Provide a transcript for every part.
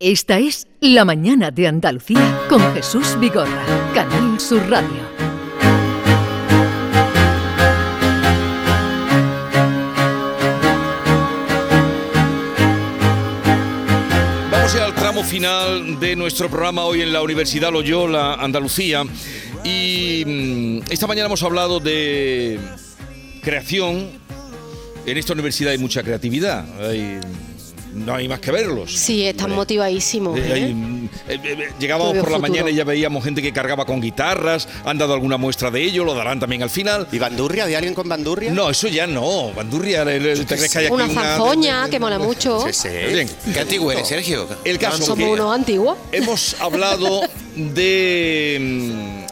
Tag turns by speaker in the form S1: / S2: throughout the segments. S1: Esta es La Mañana de Andalucía con Jesús Vigorra, Canal Sur Radio.
S2: Vamos ya al tramo final de nuestro programa hoy en la Universidad Loyola Andalucía y mm, esta mañana hemos hablado de creación. En esta universidad hay mucha creatividad. hay- no hay más que verlos.
S3: Sí, están
S2: Hombre.
S3: motivadísimos.
S2: Eh,
S3: ¿eh?
S2: ahí, mm, eh, eh, llegábamos
S3: Yo veo
S2: por la
S3: futuro.
S2: mañana y ya veíamos gente que cargaba con guitarras, han dado alguna muestra de ello, lo darán también al final.
S4: ¿Y bandurria? ¿De alguien con bandurria?
S2: No, eso ya no, Bandurria, el- el- ¿te crees que hay aquí
S3: Una
S2: una-
S3: zanzoña que mola mucho.
S4: Sí, sí.
S2: Bien.
S4: Qué antiguo eres, Sergio.
S2: El caso
S3: Somos
S2: que-
S3: unos antiguos.
S2: Hemos hablado de mm,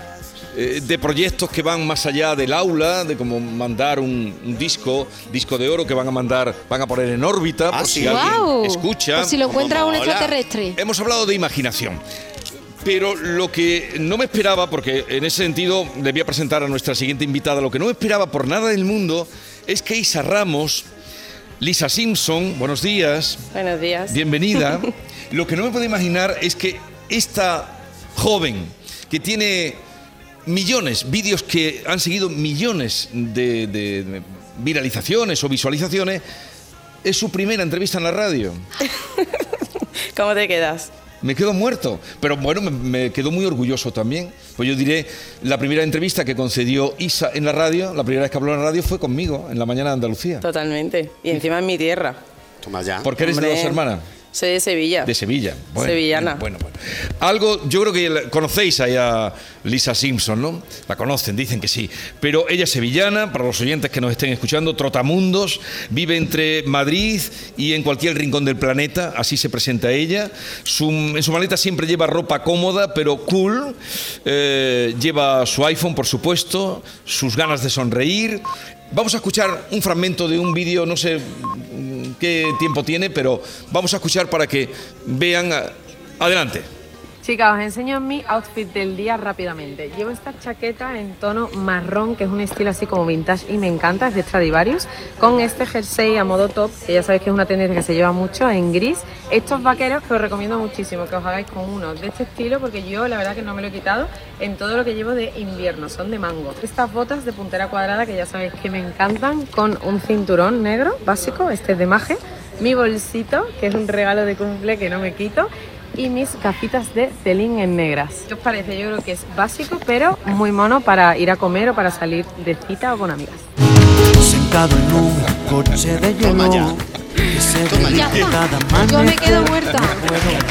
S2: eh, de proyectos que van más allá del aula, de como mandar un, un disco, disco de oro que van a mandar, van a poner en órbita,
S4: Ah,
S2: por
S4: sí.
S2: si alguien
S3: ¡Guau!
S2: escucha.
S3: Por si lo encuentra un
S4: mola.
S3: extraterrestre.
S2: Hemos hablado de imaginación. Pero lo que no me esperaba, porque en ese sentido le voy a presentar a nuestra siguiente invitada, lo que no me esperaba por nada del mundo es que Isa Ramos, Lisa Simpson, buenos días,
S5: Buenos días.
S2: bienvenida. lo que no me puedo imaginar es que esta joven que tiene millones, vídeos que han seguido millones de, de- de viralizaciones o visualizaciones, es su primera entrevista en la radio.
S5: ¿Cómo te quedas?
S2: Me quedo muerto, pero bueno, me, me quedo muy orgulloso también. Pues yo diré, la primera entrevista que concedió Isa en la radio, la primera vez que habló en la radio fue conmigo, en la mañana de Andalucía.
S5: Totalmente. Y encima en mi tierra.
S4: Toma ya.
S2: Porque eres de
S5: Hombre,
S2: dos hermanas,
S5: Soy de Sevilla.
S2: de Sevilla.
S5: Sevillana.
S2: Bueno, bueno. Algo, yo creo que la- conocéis ahí a Lisa Simpson, ¿no? La conocen, dicen que sí. Pero ella es sevillana, para los oyentes que nos estén escuchando, trotamundos, vive entre Madrid y en cualquier rincón del planeta, así se presenta ella. Su- en su maleta siempre lleva ropa cómoda, pero cool. Eh, lleva su iPhone, por supuesto, sus ganas de sonreír. Vamos a escuchar un fragmento de un vídeo, no sé mm, qué tiempo tiene, pero vamos a escuchar para que vean. a- Adelante.
S6: Chicas, os enseño mi outfit del día rápidamente. Llevo esta chaqueta en tono marrón, que es un estilo así como vintage y me encanta, es de Stradivarius, con este jersey a modo top, que ya sabéis que es una tendencia que se lleva mucho en gris. Estos vaqueros que os recomiendo muchísimo, que os hagáis con uno de este estilo, porque yo la verdad que no me lo he quitado en todo lo que llevo de invierno, son de mango. Estas botas de puntera cuadrada, que ya sabéis que me encantan, con un cinturón negro básico, este es de maje, mi bolsito, que es un regalo de cumple que no me quito, y mis gafitas de Celine en negras. ¿Qué os parece? Yo creo que es básico, pero muy mono para ir a comer o para salir de cita o con amigas.
S7: sentado en un coche de
S4: Toma ya.
S7: hielo que se
S4: Toma
S7: ve
S3: Ya
S7: de
S3: está.
S7: cada manera.
S3: Yo me quedo muerta.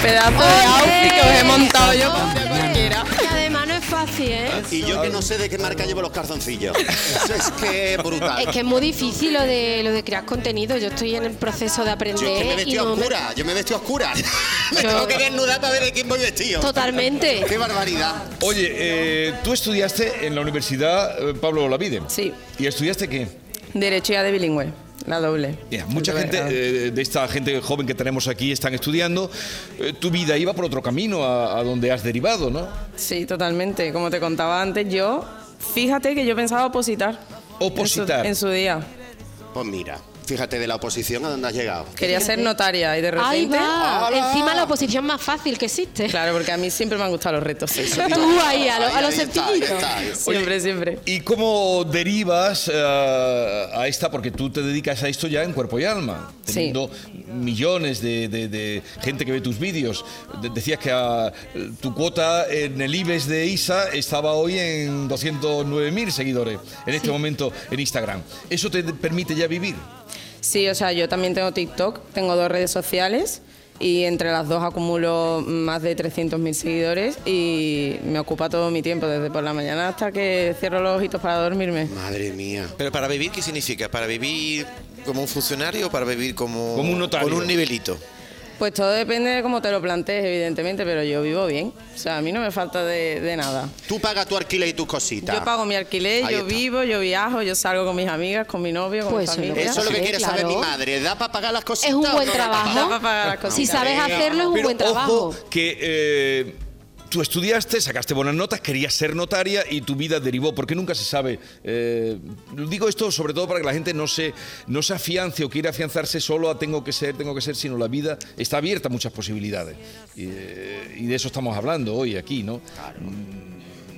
S5: Pedazo de outfit que os he montado yo para cualquiera.
S3: Y además no es fácil, ¿eh?
S4: Y yo que no sé de qué marca llevo los calzoncillos. Eso es que es brutal.
S3: Es que es muy difícil lo de, lo de crear contenido. Yo estoy en el proceso de aprender.
S4: Yo es que me he
S3: y
S4: vestido a
S3: no me-
S4: oscura. Yo me he vestido a oscura. me
S3: Yo-
S4: tengo que desnudar para ver de quién voy vestido.
S3: Totalmente.
S4: Qué barbaridad.
S2: Oye, eh, tú estudiaste en la Universidad eh, Pablo Olavide.
S5: Sí.
S2: ¿Y estudiaste qué?
S5: Derecho ya de bilingüe. La doble.
S2: Mira, mucha
S5: Doble
S2: gente
S5: grado.
S2: eh, de esta gente joven que tenemos aquí están estudiando. Eh, tu vida iba por otro camino a, a donde has derivado, ¿no?
S5: Sí, totalmente. Como te contaba antes, yo. Fíjate que yo pensaba opositar.
S2: Opositar.
S5: En su, en su día.
S4: Pues mira, fíjate de la oposición a dónde has llegado.
S5: Quería ser notaria y de repente.
S3: Ahí va.
S4: ¡Hala!
S3: Encima la oposición más fácil que existe.
S5: Claro, porque a mí siempre me han gustado los retos.
S3: Tú ahí, a lo- a lo
S4: ahí está, ahí
S3: sencillito.
S4: está, ahí está.
S5: Siempre, siempre.
S2: ¿Y cómo derivas eh, a esta? Porque tú te dedicas a esto ya en cuerpo y alma,
S5: Sí.
S2: teniendo millones de, de- de gente que ve tus vídeos. De- decías que ah, tu cuota en el IBEX de ISA estaba hoy en 209.000 seguidores en este momento en Instagram. ¿Eso te permite ya vivir?
S5: Sí, o sea, yo también tengo TikTok, tengo dos redes sociales y entre las dos acumulo más de 300.000 seguidores y me ocupa todo mi tiempo, desde por la mañana hasta que cierro los ojitos para dormirme.
S4: Madre mía.
S8: Pero para vivir, ¿qué significa? ¿Para vivir como un funcionario o para vivir como,
S2: Como un notario.
S8: con un nivelito?
S5: Pues todo depende de cómo te lo plantees, evidentemente, pero yo vivo bien. O sea, a mí no me falta de, de nada.
S4: Tú pagas tu alquiler y tus cositas.
S5: Yo pago mi alquiler,
S4: Ahí
S5: yo
S4: está.
S5: vivo, yo viajo, yo salgo con mis amigas, con mi novio, con
S3: Pues
S5: mi
S3: eso es lo
S5: familia.
S4: Eso es lo que
S3: Sí,
S4: quiere saber
S3: claro.
S4: mi madre. ¿Da para pagar las cositas?
S3: Es un
S4: o
S3: buen
S4: no da pa' pagar?
S5: Da para pagar las
S3: trabajo. Si
S5: cositas.
S3: sabes hacerlo, es un
S2: Pero
S3: buen trabajo.
S2: Ojo que eh, Tú estudiaste, sacaste buenas notas, querías ser notaria y tu vida derivó, porque nunca se sabe. eh, digo esto sobre todo para que la gente no se, no se afiance o quiera afianzarse solo a tengo que ser, tengo que ser, sino la vida está abierta a muchas posibilidades. Y, eh, y de eso estamos hablando hoy aquí, ¿no? Mm,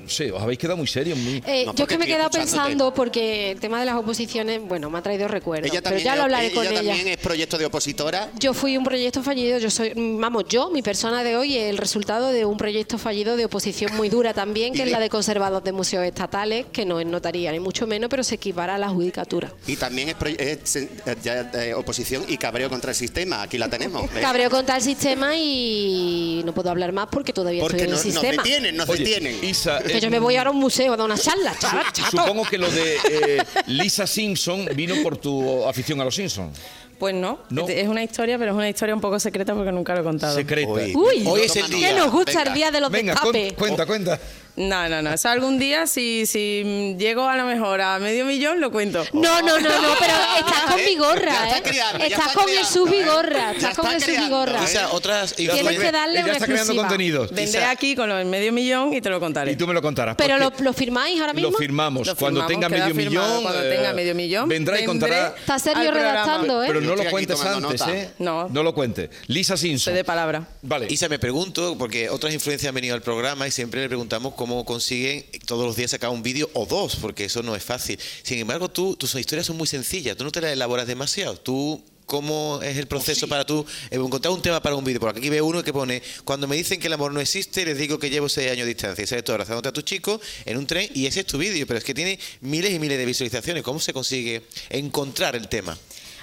S2: No sé, os habéis quedado muy serios. Muy...
S3: Eh,
S4: No,
S3: yo es que
S4: porque
S3: me he
S4: estoy
S3: quedado
S4: escuchándote.
S3: pensando porque el tema de las oposiciones, bueno, me ha traído recuerdos,
S4: Ella
S3: pero
S4: también,
S3: ya lo
S4: es-
S3: hablaré
S4: ella
S3: con ella.
S4: también es proyecto de opositora.
S3: Yo fui un proyecto fallido, yo soy, vamos, yo, mi persona de hoy, es el resultado de un proyecto fallido de oposición muy dura también, que es la de conservados de museos estatales, que no es notaría, ni mucho menos, pero se equipara a la judicatura.
S4: Y también es, proye- es, eh, ya, eh, oposición y cabreo contra el sistema. Aquí la tenemos. ¿ves?
S3: Cabreo contra el sistema y no puedo hablar más porque todavía
S4: Porque
S3: estoy en
S4: no,
S3: el
S4: nos
S3: sistema.
S4: detienen, nos
S2: Oye,
S4: detienen.
S2: Isa,
S3: Que
S2: eh,
S3: yo me voy ahora a un museo a dar una charla, chaval,
S2: su-
S3: chato.
S2: Supongo que lo de eh, Lisa Simpson vino por tu afición a los Simpsons.
S5: Pues no,
S2: No.
S5: es una historia, pero es una historia un poco secreta porque nunca lo he contado.
S2: Secreta.
S8: Hoy.
S3: Uy,
S8: Hoy es el
S4: ¿qué
S8: día.
S3: ¿Qué nos gusta
S8: Venga.
S3: el día de Oh. los
S2: Venga, con-
S3: destapes?
S2: cuenta, cuenta.
S5: No, no, no. O sea, algún día, si, si llego a lo mejor a medio millón, lo cuento.
S2: Oh,
S3: No, no, no, no, pero estás con
S4: ¿Eh?
S3: vigorra,
S4: Ya
S3: ¿eh?
S4: está criando, ya
S3: Estás
S4: está
S3: con el
S4: criando, ¿eh?
S3: subvigorra,
S4: Ya
S3: estás
S4: está
S3: con el
S4: criando,
S3: subigorra.
S4: ¿eh?
S8: Isa,
S3: Tienes
S8: otras
S3: Ah, que
S8: influencias-
S2: Y
S3: darle
S2: ya
S3: una
S2: está creando
S3: exclusiva.
S2: contenidos.
S5: Vendré
S8: Isa.
S5: aquí con los medio millón y te lo contaré.
S2: Y tú me lo contarás.
S3: ¿Pero lo,
S2: porque
S3: lo firmáis ahora mismo?
S2: lo firmamos.
S5: Lo
S2: cuando
S5: firmamos,
S2: tenga
S5: queda
S2: medio
S5: firmado.
S2: millón.
S5: Cuando
S2: eh,
S5: tenga medio millón.
S2: Vendrá y
S5: vendré
S2: contará.
S3: Está Sergio
S5: al programa.
S3: redactando, ¿eh?
S2: Pero
S4: Yo
S2: no
S4: estoy
S2: lo
S4: aquí
S2: cuentes
S4: tomando
S2: antes,
S4: nota.
S2: ¿eh?
S5: No.
S2: No lo cuentes. Lisa
S5: Soy
S2: Simpson.
S5: de palabra.
S2: Vale.
S8: Isa, me pregunto, porque otras influencias han venido al programa y siempre le preguntamos cómo consiguen todos los días sacar un vídeo o dos, porque eso no es fácil. Sin embargo, tú, tus historias son muy sencillas, tú no te las elaboras demasiado. Tú, ¿cómo es el proceso para tú eh, encontrar un tema para un vídeo? Porque aquí veo uno que pone, cuando me dicen que el amor no existe, les digo que llevo seis años de distancia. Y sales tú abrazándote a tus chicos en un tren y ese es tu vídeo, pero es que tiene miles y miles de visualizaciones. ¿Cómo se consigue encontrar el tema?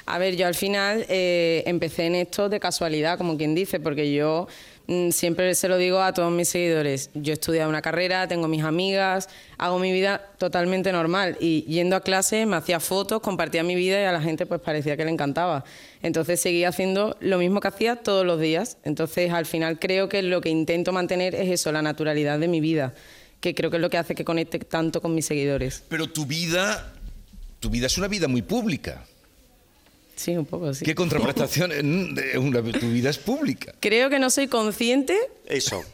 S5: A ver, yo al final eh, empecé en esto de casualidad, como quien dice, porque yo mm, siempre se lo digo a todos mis seguidores. Yo he estudiado una carrera, tengo mis amigas, hago mi vida totalmente normal. Y yendo a clase me hacía fotos, compartía mi vida y a la gente pues parecía que le encantaba. Entonces seguía haciendo lo mismo que hacía todos los días. Entonces al final creo que lo que intento mantener es eso, la naturalidad de mi vida, que creo que es lo que hace que conecte tanto con mis seguidores.
S2: Pero tu vida. Tu vida es una vida muy pública.
S5: Sí, un poco, sí.
S2: ¿Qué contraprestación? Mm, es una- tu vida es pública.
S5: Creo que no soy consciente
S4: Eso.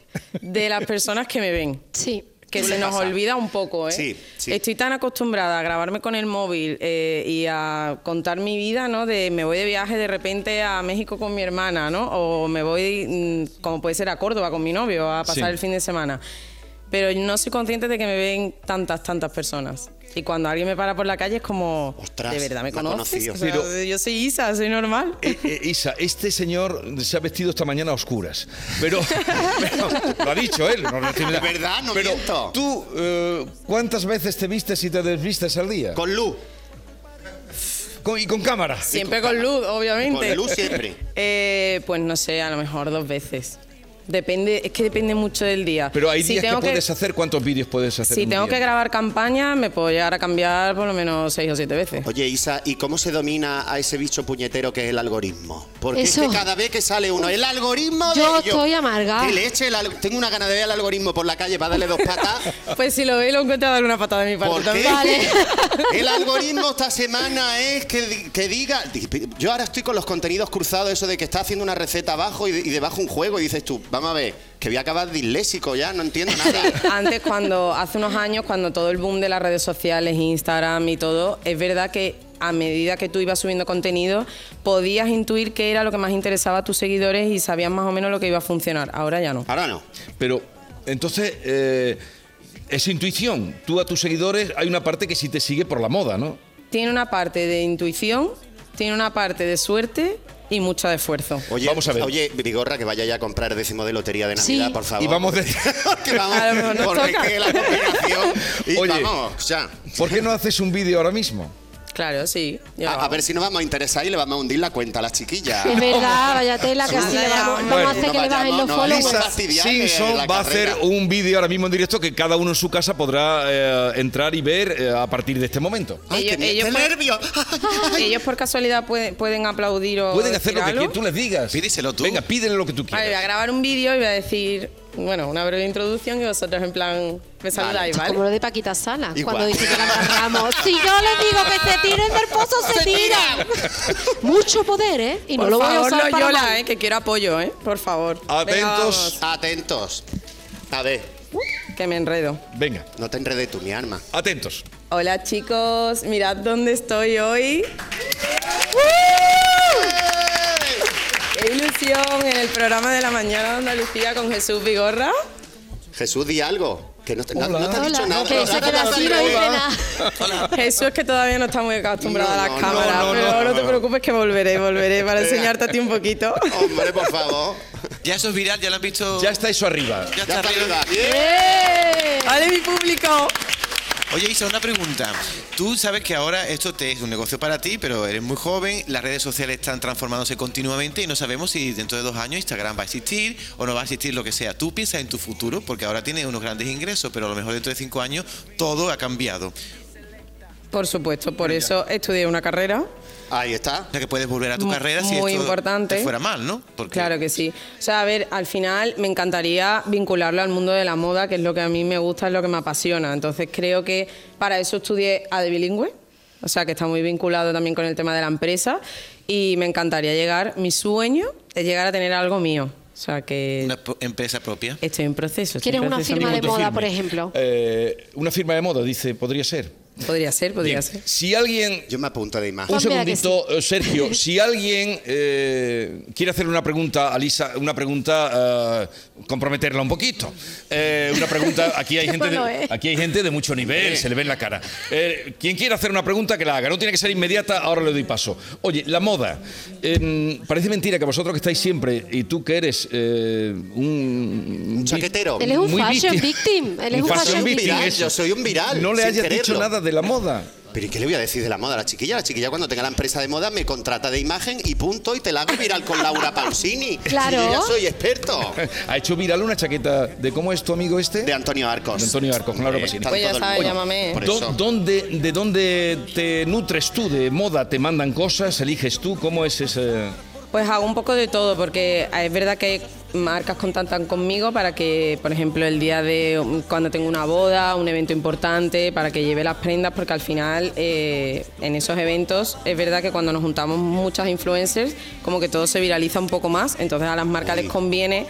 S5: de las personas que me ven.
S3: Sí.
S5: Que
S4: Suele
S5: se nos
S4: pasar.
S5: olvida un poco, ¿eh?
S4: Sí, sí.
S5: Estoy tan acostumbrada a grabarme con el móvil eh, y a contar mi vida, ¿no? De me voy de viaje de repente a México con mi hermana, ¿no? O me voy, mm, como puede ser, a Córdoba con mi novio a pasar
S2: Sí.
S5: el fin de semana. Pero no soy consciente de que me ven tantas, tantas personas. Y cuando alguien me para por la calle es como,
S4: Ostras,
S5: ¿de verdad me
S4: me ha
S5: conoces?
S4: conocido.
S5: O sea,
S2: Pero-
S5: yo soy Isa, soy normal.
S2: Eh, eh, Isa, este señor se ha vestido esta mañana a oscuras. Pero, pero lo ha dicho él. no, no tiene nada.
S4: De verdad, no
S2: Pero
S4: miento.
S2: tú, eh, ¿cuántas veces te vistes y te desvistes al día?
S4: Con luz.
S2: Con- y con cámara.
S5: Siempre con luz, obviamente.
S4: Con luz siempre.
S5: Eh, pues no sé, a lo mejor dos veces. Depende, es que depende mucho del día.
S2: Pero hay
S5: Si
S2: días que
S5: tengo
S2: puedes hacer, ¿cuántos vídeos puedes hacer?
S5: Si
S2: en un
S5: tengo
S2: día?
S5: que grabar campaña, me puedo llegar a cambiar por lo menos seis o siete veces.
S4: Oye, Isa, ¿y cómo se domina a ese bicho puñetero que es el algoritmo? Porque es
S3: Eso.
S4: que cada vez que sale uno, el algoritmo de
S3: Yo
S4: ellos".
S3: estoy amargada.
S4: Que le eche el al- Tengo una gana de ver al algoritmo por la calle para darle dos patas.
S5: Pues si lo veis, lo encuentro a darle una patada de mi parte
S4: ¿Por qué?
S5: también.
S4: El algoritmo esta semana es que, di- que diga. di- Yo ahora estoy con los contenidos cruzados, eso de que está haciendo una receta abajo y, y debajo un juego, y dices tú, vamos a ver, que voy a acabar disléxico ya, no entiendo nada.
S5: Antes, cuando hace unos años, cuando todo el boom de las redes sociales, Instagram y todo, es verdad que a medida que tú ibas subiendo contenido, podías intuir qué era lo que más interesaba a tus seguidores y sabías más o menos lo que iba a funcionar. Ahora ya no.
S4: Ahora no.
S2: Pero entonces eh, es intuición. Tú a tus seguidores hay una parte que sí te sigue por la moda, ¿no?
S5: Tiene una parte de intuición, tiene una parte de suerte y mucho de esfuerzo.
S4: Oye,
S2: Vamos a ver.
S4: Oye, Vigorra, que vaya ya a comprar décimo de lotería de Navidad,
S3: Sí.
S4: por favor.
S2: Y vamos de-
S4: porque vamos,
S5: A lo mejor nos
S4: porque es
S5: toca.
S4: que la combinación. Y
S2: Oye.
S4: vamos, ya.
S2: ¿Por qué no haces un vídeo ahora mismo?
S5: Claro, sí. yo lo
S4: A, a
S5: hago.
S4: ver si nos vamos a interesar y le vamos a hundir la cuenta a las chiquillas.
S3: Es verdad, vaya tela, que así le vamos,
S5: Bueno,
S3: vamos a hacer
S4: no
S3: que le bajen los
S4: vayamos, no,
S3: followers.
S4: Lisa,
S2: Lisa
S4: fastidiar de
S2: Simpson
S4: la
S2: va a hacer
S4: carrera.
S2: un vídeo ahora mismo en directo que cada uno en su casa podrá eh, entrar y ver eh, a partir de este momento.
S4: Ay,
S5: Ellos-
S4: qué, mie-
S5: ellos
S4: qué
S5: pueden-
S4: nervio.
S5: Ellos por casualidad pueden, pueden aplaudir o
S2: Pueden hacer
S5: decir
S2: lo que
S5: algo.
S2: quie- tú les digas.
S8: Pídeselo tú.
S2: Venga, pídele lo que tú
S5: Vale, voy a
S2: quieras.
S5: grabar un vídeo y voy a decir, bueno, una breve introducción y vosotros en plan me saludáis, ¿vale?
S3: Como lo de Paquita Sala,
S4: Igual.
S3: cuando dice que la agarramos. si yo les digo que se tiren del pozo, se, tiran. Mucho poder, ¿eh? Y
S5: Por
S3: no lo voy a
S5: favor,
S3: usar
S5: no
S3: para
S5: Yola,
S3: mal.
S5: eh, que quiero apoyo, ¿eh? Por favor. eh, Venga,
S2: Atentos.
S5: vamos.
S4: Atentos. A ver,
S5: que me enredo.
S2: Venga,
S4: no te enredes tú, mi arma.
S2: atentos.
S5: Hola chicos, mirad dónde estoy hoy. ¡Qué ilusión! En el programa de la mañana de Andalucía con Jesús Vigorra.
S4: Jesús, di algo. Que no te, no- no te ha
S3: Hola,
S4: dicho nada.
S3: que se queda
S4: Ahora te
S3: así, no
S4: atreves.
S3: dice nada.
S5: Jesús es que todavía no está muy acostumbrado
S4: No,
S5: a las
S4: no, no,
S5: cámaras,
S2: no, no,
S5: pero no,
S2: no.
S5: te preocupes que volveré, volveré para enseñarte a ti un poquito.
S4: Hombre, por favor.
S8: Ya eso es viral, ya lo han visto.
S2: Ya está eso arriba.
S8: ya
S4: Ya
S8: está
S4: está
S8: arriba.
S4: arriba.
S2: ¡Eh!
S5: ¡Vale mi público!
S8: Oye, Isa, una pregunta. Tú sabes que ahora esto te es un negocio para ti, pero eres muy joven, las redes sociales están transformándose continuamente y no sabemos si dentro de dos años Instagram va a existir o no va a existir lo que sea. Tú piensas en tu futuro, porque ahora tienes unos grandes ingresos, pero a lo mejor dentro de cinco años todo ha cambiado. O
S5: Por supuesto, por eso estudié una carrera.
S4: Ahí está.
S8: sea, que puedes volver a tu
S5: Mu-
S8: carrera si
S5: muy
S8: esto
S5: importante.
S8: te fuera mal, ¿no? Porque
S5: Claro que sí. O sea, a ver, al final me encantaría vincularlo al mundo de la moda, que es lo que a mí me gusta, es lo que me apasiona. Entonces creo que para eso estudié a de bilingüe, o sea, que está muy vinculado también con el tema de la empresa. Y me encantaría llegar, mi sueño es llegar a tener algo mío. O sea, que
S8: Una pro- empresa propia.
S5: estoy en proceso. estoy en
S3: ¿Quieres una
S5: proceso.
S3: firma de
S2: Punto
S3: moda,
S2: firme.
S3: por ejemplo?
S2: Eh, una firma de moda, dice, podría ser.
S5: Podría ser, podría
S2: Bien,
S5: ser.
S2: Si alguien
S4: Yo me apunto de imagen.
S2: Un
S3: Pues mira que
S2: segundito, eh, Sergio. Si alguien eh, quiere hacerle una pregunta a Lisa, una pregunta, eh, comprometerla un poquito. Eh, una pregunta, aquí hay, gente
S3: bueno,
S2: de,
S3: eh.
S2: aquí hay gente de mucho nivel, se le ve en la cara. Eh, quien quiera hacer una pregunta, que la haga. No tiene que ser inmediata, ahora le doy paso. Oye, la moda. Em, parece mentira que vosotros que estáis siempre, y tú que eres eh, un...
S4: Un chaquetero.
S3: Él es un
S2: muy
S3: fashion
S2: víctima.
S3: victim. Él es
S2: Un
S3: un
S2: fashion
S3: fashion
S2: victim.
S3: victim.
S4: Viral,
S2: eso.
S4: yo soy un viral.
S2: No le
S4: sin
S2: hayas dicho
S4: quererlo.
S2: nada de la moda.
S4: Pero ¿y qué le voy a decir de la moda a la chiquilla? La chiquilla cuando tenga la empresa de moda me contrata de imagen y punto y te la hago viral con Laura Pausini.
S3: Claro.
S4: Si yo ya soy experto.
S2: Ha hecho viral una chaqueta de cómo es tu amigo este.
S4: De Antonio Arcos.
S2: De Antonio Arcos, claro que sí.
S4: Está en
S5: Pues ya
S4: todo el
S5: sabes,
S4: mundo.
S5: llámame.
S4: Por
S2: Do-
S4: eso.
S2: ¿Dónde, ¿De dónde te nutres tú? ¿De moda te mandan cosas? ¿Eliges tú? ¿Cómo es ese...?
S5: Pues hago un poco de todo, porque es verdad que marcas contactan conmigo para que, por ejemplo, el día de cuando tengo una boda, un evento importante, para que lleve las prendas, porque al final eh, en esos eventos es verdad que cuando nos juntamos muchas influencers, como que todo se viraliza un poco más, entonces a las marcas les conviene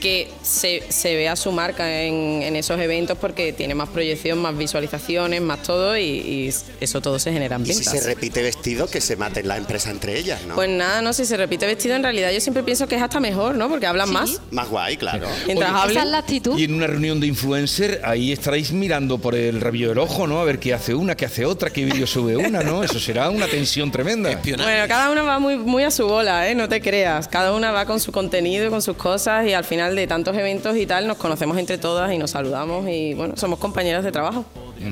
S5: que se, se vea su marca en, en esos eventos porque tiene más proyección, más visualizaciones, más todo y, y eso todo se genera en
S4: Y si
S5: ventas.
S4: se repite vestido, que se maten las empresas entre ellas, ¿no?
S5: Pues nada, no, si se repite vestido, en realidad yo siempre pienso que es hasta mejor, ¿no? Porque hablan más.
S4: Más guay, claro.
S5: Mientras
S3: Esa es
S5: hablan.
S3: la actitud.
S2: Y en una reunión de influencer, ahí estaréis mirando por el rabillo del ojo, ¿no? A ver qué hace una, qué hace otra, qué vídeo sube una, ¿no? Eso será una tensión tremenda.
S8: Espionaje.
S5: Bueno, cada una va muy, muy a su bola, ¿eh? No te creas. Cada una va con su contenido y con sus cosas y al final de tantos eventos y tal nos conocemos entre todas y nos saludamos y bueno, somos compañeras de trabajo.
S4: Pues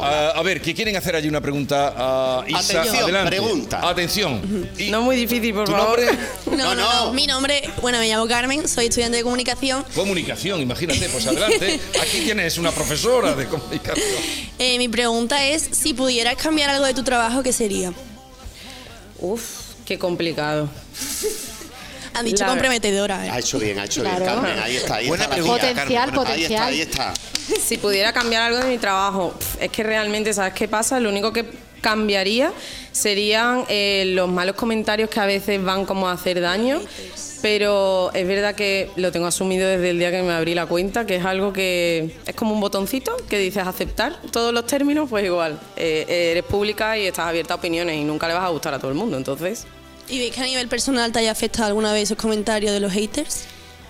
S2: Ah, a ver, ¿qué quieren hacer allí una pregunta a Isa?
S4: Atención,
S2: Adelante.
S4: pregunta.
S2: Atención. Y
S5: No muy difícil, por
S2: ¿Tu
S5: favor.
S2: nombre?
S9: No,
S4: No,
S9: no,
S4: no.
S9: no, Mi nombre, bueno, me llamo Carmen, soy estudiante de comunicación.
S2: Comunicación, imagínate, pues adelante. Aquí tienes una profesora de comunicación.
S9: Eh, mi pregunta es, si pudieras cambiar algo de tu trabajo, ¿qué sería?
S5: Uf, qué complicado.
S9: Han dicho
S5: La-
S9: comprometedora. ¿eh?
S4: Ha hecho bien, ha hecho
S3: Claro.
S4: bien, Carmen. Ahí está, ahí
S8: Buena
S4: está. la
S8: pregunta,
S4: tía.
S3: Potencial, Carmen.
S4: Ahí está,
S3: potencial.
S4: ahí está.
S5: Si pudiera cambiar algo de mi trabajo, pf, es que realmente, ¿sabes qué pasa? Lo único que cambiaría serían eh, los malos comentarios que a veces van como a hacer daño, pero es verdad que lo tengo asumido desde el día que me abrí la cuenta, que es algo que es como un botoncito que dices aceptar todos los términos, pues igual, eh, eres pública y estás abierta a opiniones y nunca le vas a gustar a todo el mundo, entonces...
S9: ¿Y veis que a nivel personal te haya afectado alguna vez esos comentarios de los haters?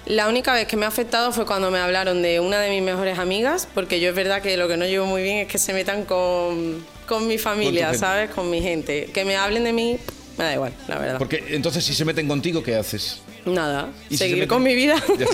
S5: La única vez que me ha afectado fue cuando me hablaron de una de mis mejores amigas, porque yo es verdad que lo que no llevo muy bien es que se metan con, con mi familia,
S2: gente.
S5: ¿sabes? Con mi gente. Que me hablen de mí, me da igual, la verdad.
S2: Porque entonces si se meten contigo, ¿qué haces?
S5: Nada,
S2: ¿Y si se
S5: seguir
S2: meten?
S5: con mi vida.
S2: Ya.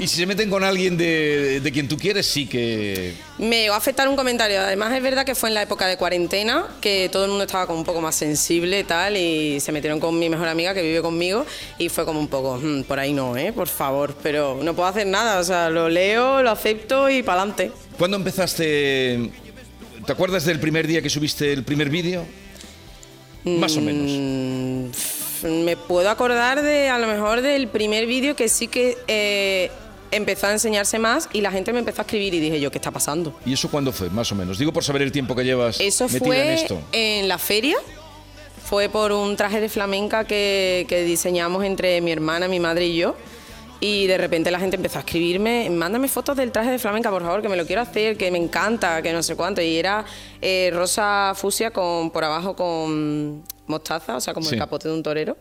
S2: Y si se meten con alguien de, de quien tú quieres, sí que...
S5: Me llegó a afectar un comentario. Además, es verdad que fue en la época de cuarentena, que todo el mundo estaba como un poco más sensible y tal, y se metieron con mi mejor amiga que vive conmigo, y fue como un poco, "Mm, por ahí no, ¿eh? Por favor. Pero no puedo hacer nada, o sea, lo leo, lo acepto y para adelante.
S2: ¿Cuándo empezaste? ¿Te acuerdas del primer día que subiste el primer vídeo? Más o menos.
S5: Mm, pf, Me puedo acordar de a lo mejor del primer vídeo que sí que eh, empezó a enseñarse más y la gente me empezó a escribir y dije yo, ¿qué está pasando?
S2: ¿Y eso cuándo fue? Más o menos. Digo por saber el tiempo que llevas
S5: Eso
S2: metida
S5: fue
S2: en esto.
S5: en la feria. Fue por un traje de flamenca que, que diseñamos entre mi hermana, mi madre y yo. Y de repente la gente empezó a escribirme, mándame fotos del traje de flamenca, por favor, que me lo quiero hacer, que me encanta, que no sé cuánto. Y era eh, rosa fusia con, por abajo con mostaza, o sea, como
S2: Sí.
S5: el capote de un torero.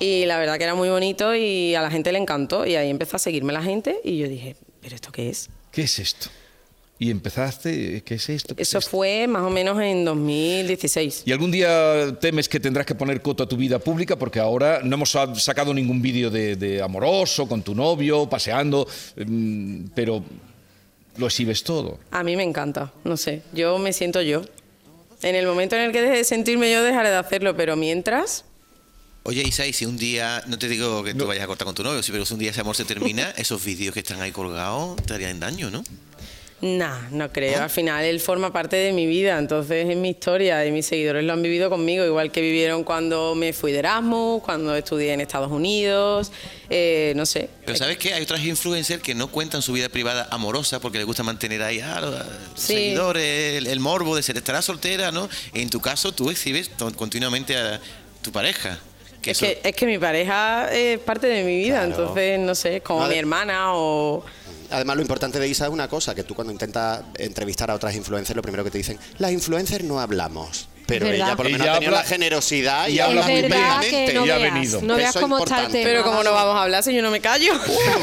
S5: Y la verdad que era muy bonito y a la gente le encantó. Y ahí empezó a seguirme la gente y yo dije, ¿pero esto qué es?
S2: ¿Qué es esto? Y empezaste, ¿qué es esto? ¿Qué es
S5: Eso
S2: esto?
S5: fue más o menos en 2016.
S2: ¿Y algún día temes que tendrás que poner coto a tu vida pública? Porque ahora no hemos sa- sacado ningún vídeo de, de amoroso, con tu novio, paseando, mm, pero lo exhibes todo.
S5: A mí me encanta, no sé, yo me siento yo. En el momento en el que deje de sentirme yo, dejaré de hacerlo, pero mientras,
S8: Oye, Isa, y si un día, no te digo que tú vayas a cortar con tu novio, sí, pero si un día ese amor se termina, esos vídeos que están ahí colgados te harían daño, ¿no?
S5: nah, no
S8: ¿Eh?
S5: creo. Al final él forma parte de mi vida, entonces es mi historia y mis seguidores lo han vivido conmigo, igual que vivieron cuando me fui de Erasmus, cuando estudié en Estados Unidos, eh, no sé.
S8: Pero ¿sabes qué? Hay otras influencers que no cuentan su vida privada amorosa porque les gusta mantener ahí a los
S5: Sí.
S8: seguidores, el, el morbo de ser estará soltera, ¿no? En tu caso, tú exhibes to- continuamente a tu pareja. Que
S5: Es
S8: eso-
S5: que, es que mi pareja es parte de mi vida, entonces, no sé, es como
S4: Madre-
S5: mi hermana o...
S4: Además, lo importante de Isa es una cosa, que tú cuando intentas entrevistar a otras influencers, lo primero que te dicen, las influencers no hablamos. Pero
S3: ¿Verdad?
S4: ella por lo menos
S2: Ella
S4: ha tenido
S2: habla-
S4: la generosidad y,
S2: y habla
S4: habla
S3: es
S2: muy
S4: muy
S3: verdad
S4: plenamente.
S3: que no
S2: y ha
S3: veas,
S2: venido.
S3: no veas
S4: Eso es
S3: cómo está el
S4: importante.
S3: tema.
S5: Pero como no vamos a hablar si yo no me callo.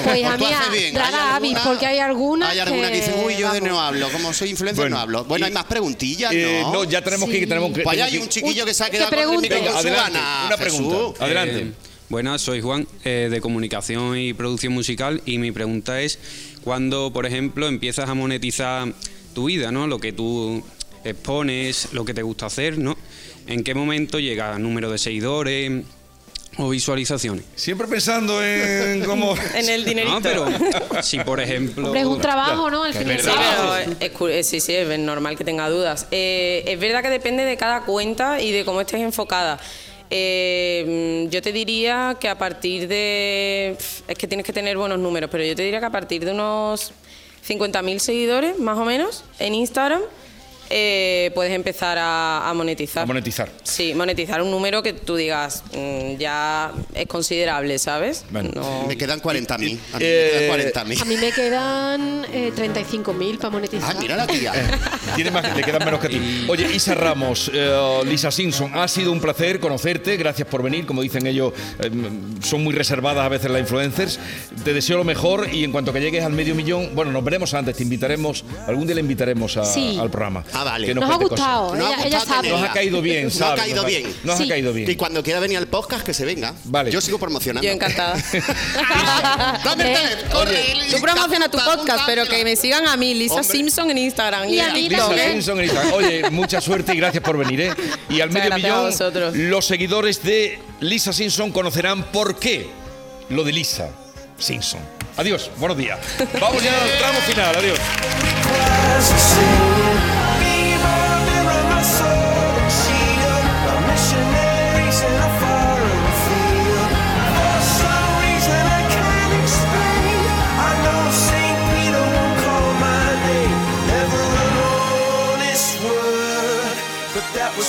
S3: Pues a
S4: Tú
S3: mí,
S4: haces bien. Hay
S3: rara avis,
S4: alguna-
S3: porque hay algunas
S4: Hay algunas que, dicen, uy, yo de
S3: vamos,
S4: no hablo, como soy influencer
S2: Bueno,
S4: no hablo. Bueno,
S2: y-
S4: hay más preguntillas,
S2: Eh,
S4: ¿no?
S2: no, ya tenemos que... Tenemos que
S4: Pues allá hay
S2: tengo
S4: un
S2: que-
S4: chiquillo que se ha
S3: que
S4: quedado con el
S3: pregunte.
S4: micrófono
S2: Venga,
S4: en su
S2: adelante,
S4: gana.
S2: una pregunta.
S4: Jesús.
S2: Adelante.
S10: Eh, buenas, soy Juan eh, de Comunicación y Producción Musical y mi pregunta es cuando, por ejemplo, empiezas a monetizar tu vida, ¿no? Lo que tú expones, lo que te gusta hacer, ¿no? ¿En qué momento llega número de seguidores o visualizaciones?
S2: Siempre pensando en cómo...
S5: en el dinerito.
S10: No, pero si por ejemplo
S3: Hombre, es un trabajo, ¿no? Al
S2: Es
S3: final.
S5: Sí, pero es cu- eh, sí, sí, es normal que tenga dudas. Eh, es verdad que depende de cada cuenta y de cómo estés enfocada. Eh, mm, yo te diría que a partir de... pf, Es que tienes que tener buenos números, pero yo te diría que a partir de unos 50.000 seguidores, más o menos, en Instagram, eh, puedes empezar a, a monetizar.
S2: A monetizar.
S5: Sí, monetizar un número que tú digas mm, ya es considerable, ¿sabes?
S2: Bueno.
S5: No-
S4: Me quedan 40.000. A mí
S2: Eh,
S4: me quedan
S3: A
S4: 40.000.
S3: mí me quedan eh, 35.000 para monetizar.
S4: Ah, mira la tía.
S2: Tiene más, le quedan menos que a ti. Oye, Isa Ramos, eh, Lisa Simpson, ha sido un placer conocerte. Gracias por venir. Como dicen ellos, eh, son muy reservadas a veces las influencers. Te deseo lo mejor y en cuanto que llegues al medio millón, bueno, nos veremos antes. Te invitaremos, algún día le invitaremos a-
S3: Sí.
S2: al programa.
S4: Ah, vale.
S2: Que
S3: Nos ha
S2: cuente
S3: gustado,
S2: cosas.
S4: Nos ha
S3: ella, ella
S4: gustado
S3: sabe.
S2: Nos
S4: tenerla.
S2: ha caído bien,
S4: Nos ha
S2: ¿sabes?
S4: caído bien.
S2: Nos
S3: Sí.
S2: ha caído bien.
S4: Y cuando quiera venir al podcast, que se venga.
S2: Vale.
S4: Yo sigo promocionando.
S5: Yo encantada.
S4: Dame el teléfono, corre.
S5: eh, Tú promociona tu podcast, pero que me sigan a mí, Lisa
S4: Hombre.
S5: Simpson en Instagram.
S3: Y a
S5: en
S3: mí
S5: TikTok,
S2: Lisa
S5: ¿eh?
S2: Simpson en Instagram. Oye, mucha suerte y gracias por venir, ¿eh? Y al medio
S5: Muchas gracias a
S2: millón,
S5: vosotros.
S2: los seguidores de Lisa Simpson conocerán por qué lo de Lisa Simpson. Adiós, buenos días. Vamos ya al tramo final, adiós.